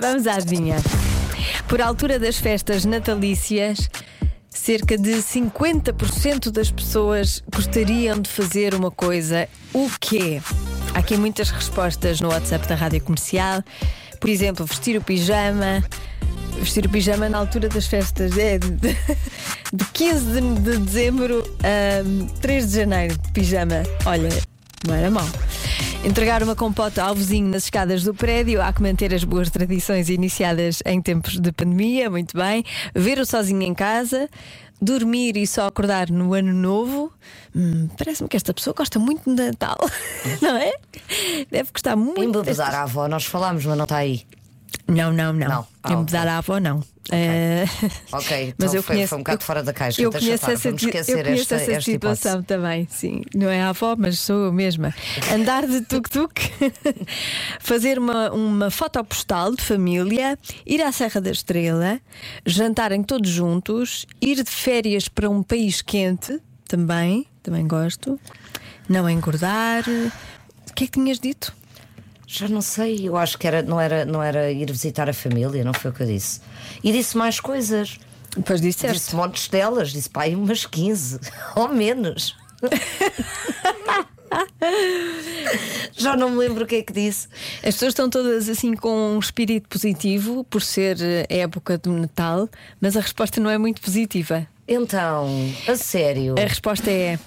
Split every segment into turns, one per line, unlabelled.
Vamos à adivinha. Por altura das festas natalícias, cerca de 50% das pessoas gostariam de fazer uma coisa. O quê? Há aqui muitas respostas no WhatsApp da Rádio Comercial. Por exemplo, vestir o pijama. Vestir o pijama na altura das festas é de, de 15 de, de dezembro a 3 de janeiro de pijama. Olha, não era mau. Entregar uma compota ao vizinho nas escadas do prédio, há que manter as boas tradições iniciadas em tempos de pandemia, muito bem. Ver o sozinho em casa, dormir e só acordar no ano novo. Hum, Parece-me que esta pessoa gosta muito de Natal, não é? Deve gostar muito.
Embebezar a avó, nós falámos, mas não está aí.
Não, não, não.
Não. Ah,
Embebedar
ok.
a avó, não. Eh,
Ok,
Mas
então
eu
foi,
conheço-
foi um bocado
eu-
fora da caixa.
eu
deixa
conheço
estar,
essa,
Vamos
eu
esquecer
conheço
esta,
essa
esta hipótese.
situação também, sim. Não é a avó, mas sou eu mesma. Andar de tuk-tuk, fazer uma, uma foto postal de família, ir à Serra da Estrela, jantarem todos juntos, ir de férias para um país quente, também, também gosto. Não engordar. O que é que tinhas dito?
Já não sei, eu acho que era, não, era, não era ir visitar a família, não foi o que eu disse. E disse mais coisas.
Depois disseste.
Disse montes delas, disse pai, umas 15 ou menos. Já não me lembro o que é que disse.
As pessoas estão todas assim com um espírito positivo por ser eh, época do Natal, mas a resposta não é muito positiva.
Então, a sério.
A resposta é.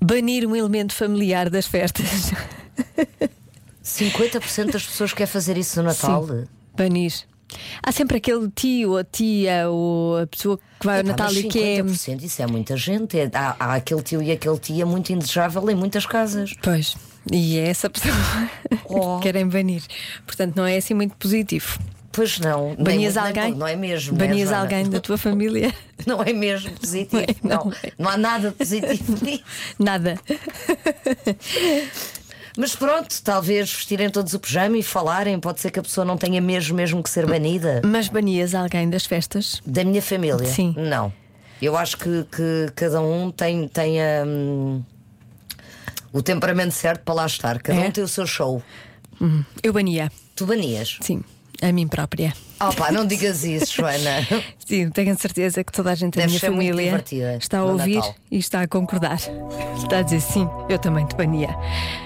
Banir um elemento familiar das festas.
50% das pessoas quer fazer isso no Natal?
Sim, banir. Há sempre aquele tio ou tia ou a pessoa que vai ao
Epá,
Natal
Tá, mas
e que é.
50%, isso é muita gente. É- há, há aquele tio e aquele tia muito indesejável em muitas casas.
Pois, e é essa pessoa
Oh.
que querem banir. Portanto, não é assim muito positivo.
Pois não. nem
Banias
muito, nem
alguém?
pouco, Não é mesmo? né,
Banias
Joana?
alguém da tua família?
Não é mesmo positivo.
Não é,
Não,
não
não,
é.
há nada positivo nisso.
Nada.
Mas pronto, talvez vestirem todos o pijama e falarem. Pode ser que a pessoa não tenha mesmo, mesmo que ser banida.
Mas banias alguém das festas?
Da minha família?
Sim.
Não. Eu acho que, que cada um tem, tem hum, o temperamento certo para lá estar. Cada
É?
um tem o seu show.
Eu bania,
Tu banias.
sim, a mim própria.
Oh pá, não digas isso, Joana.
Sim, tenho certeza que toda a gente da
Deve
minha
ser muito
família
divertida
está a
no
ouvir
Natal.
e está a concordar. Está a dizer sim, eu também te bania.